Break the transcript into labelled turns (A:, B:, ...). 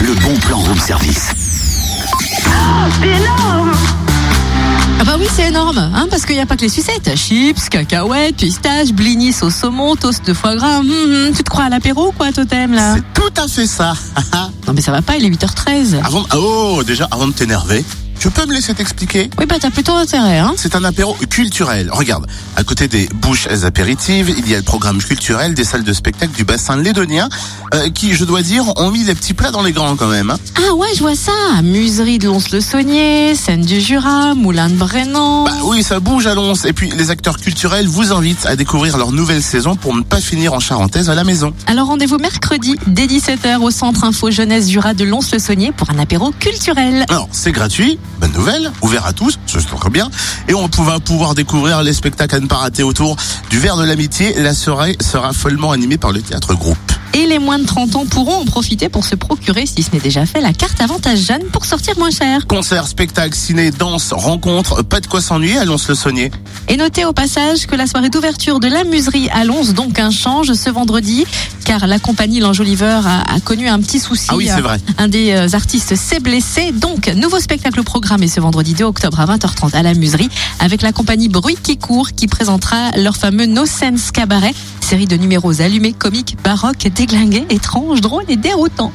A: le bon plan room service.
B: C'est énorme
C: Ah bah oui, c'est énorme, hein, parce qu'il n'y a pas que les sucettes. Chips, cacahuètes, pistaches, blinis au saumon, toast de foie gras. Hum, hum, tu te crois à l'apéro, quoi, totem, là
D: C'est tout à fait ça.
C: Non, mais ça va pas, il est 8h13.
D: avant, oh, déjà, avant de t'énerver, tu peux me laisser t'expliquer
C: Oui, bah t'as plutôt intérêt, hein
D: c'est un apéro culturel. Regarde, à côté des bouches apéritives, il y a le programme culturel des salles de spectacle du bassin lédonien, euh, qui, je dois dire, ont mis les petits plats dans les grands quand même. hein.
C: Ah ouais, je vois ça. Muserie de Lons-le-Saunier, Seine du Jura, Moulin de Brennan.
D: Bah oui, ça bouge à Lons. Et puis, les acteurs culturels vous invitent à découvrir leur nouvelle saison pour ne pas finir en charentaise à la maison.
C: Alors rendez-vous mercredi dès 17h au Centre Info Jeunesse Jura de Lons-le-Saunier pour un apéro culturel.
D: Alors, c'est gratuit, bonne nouvelle, ouvert à tous, ce c'est très bien. Et on va pouvoir découvrir les spectacles à ne pas rater autour du verre de l'amitié. La soirée sera follement animée par le théâtre groupe.
C: Et les moins de 30 ans pourront en profiter pour se procurer, si ce n'est déjà fait, la carte avantage jeune pour sortir moins cher.
D: Concerts, spectacles, ciné, danse, rencontres, pas de quoi s'ennuyer, annonce le saunier.
C: Et notez au passage que la soirée d'ouverture de la muserie à Lons, donc un change ce vendredi, car la compagnie L'Enjoliveur a, a connu un petit souci.
D: Ah oui, c'est
C: Euh,
D: vrai.
C: Un des euh, artistes s'est blessé, donc nouveau spectacle programmé ce vendredi 2 octobre à 20h30 à la Muserie avec la compagnie Bruit qui court qui présentera leur fameux No Sense Cabaret, série de numéros allumés, comiques, baroques, déglingués, étranges, drôles et déroutants.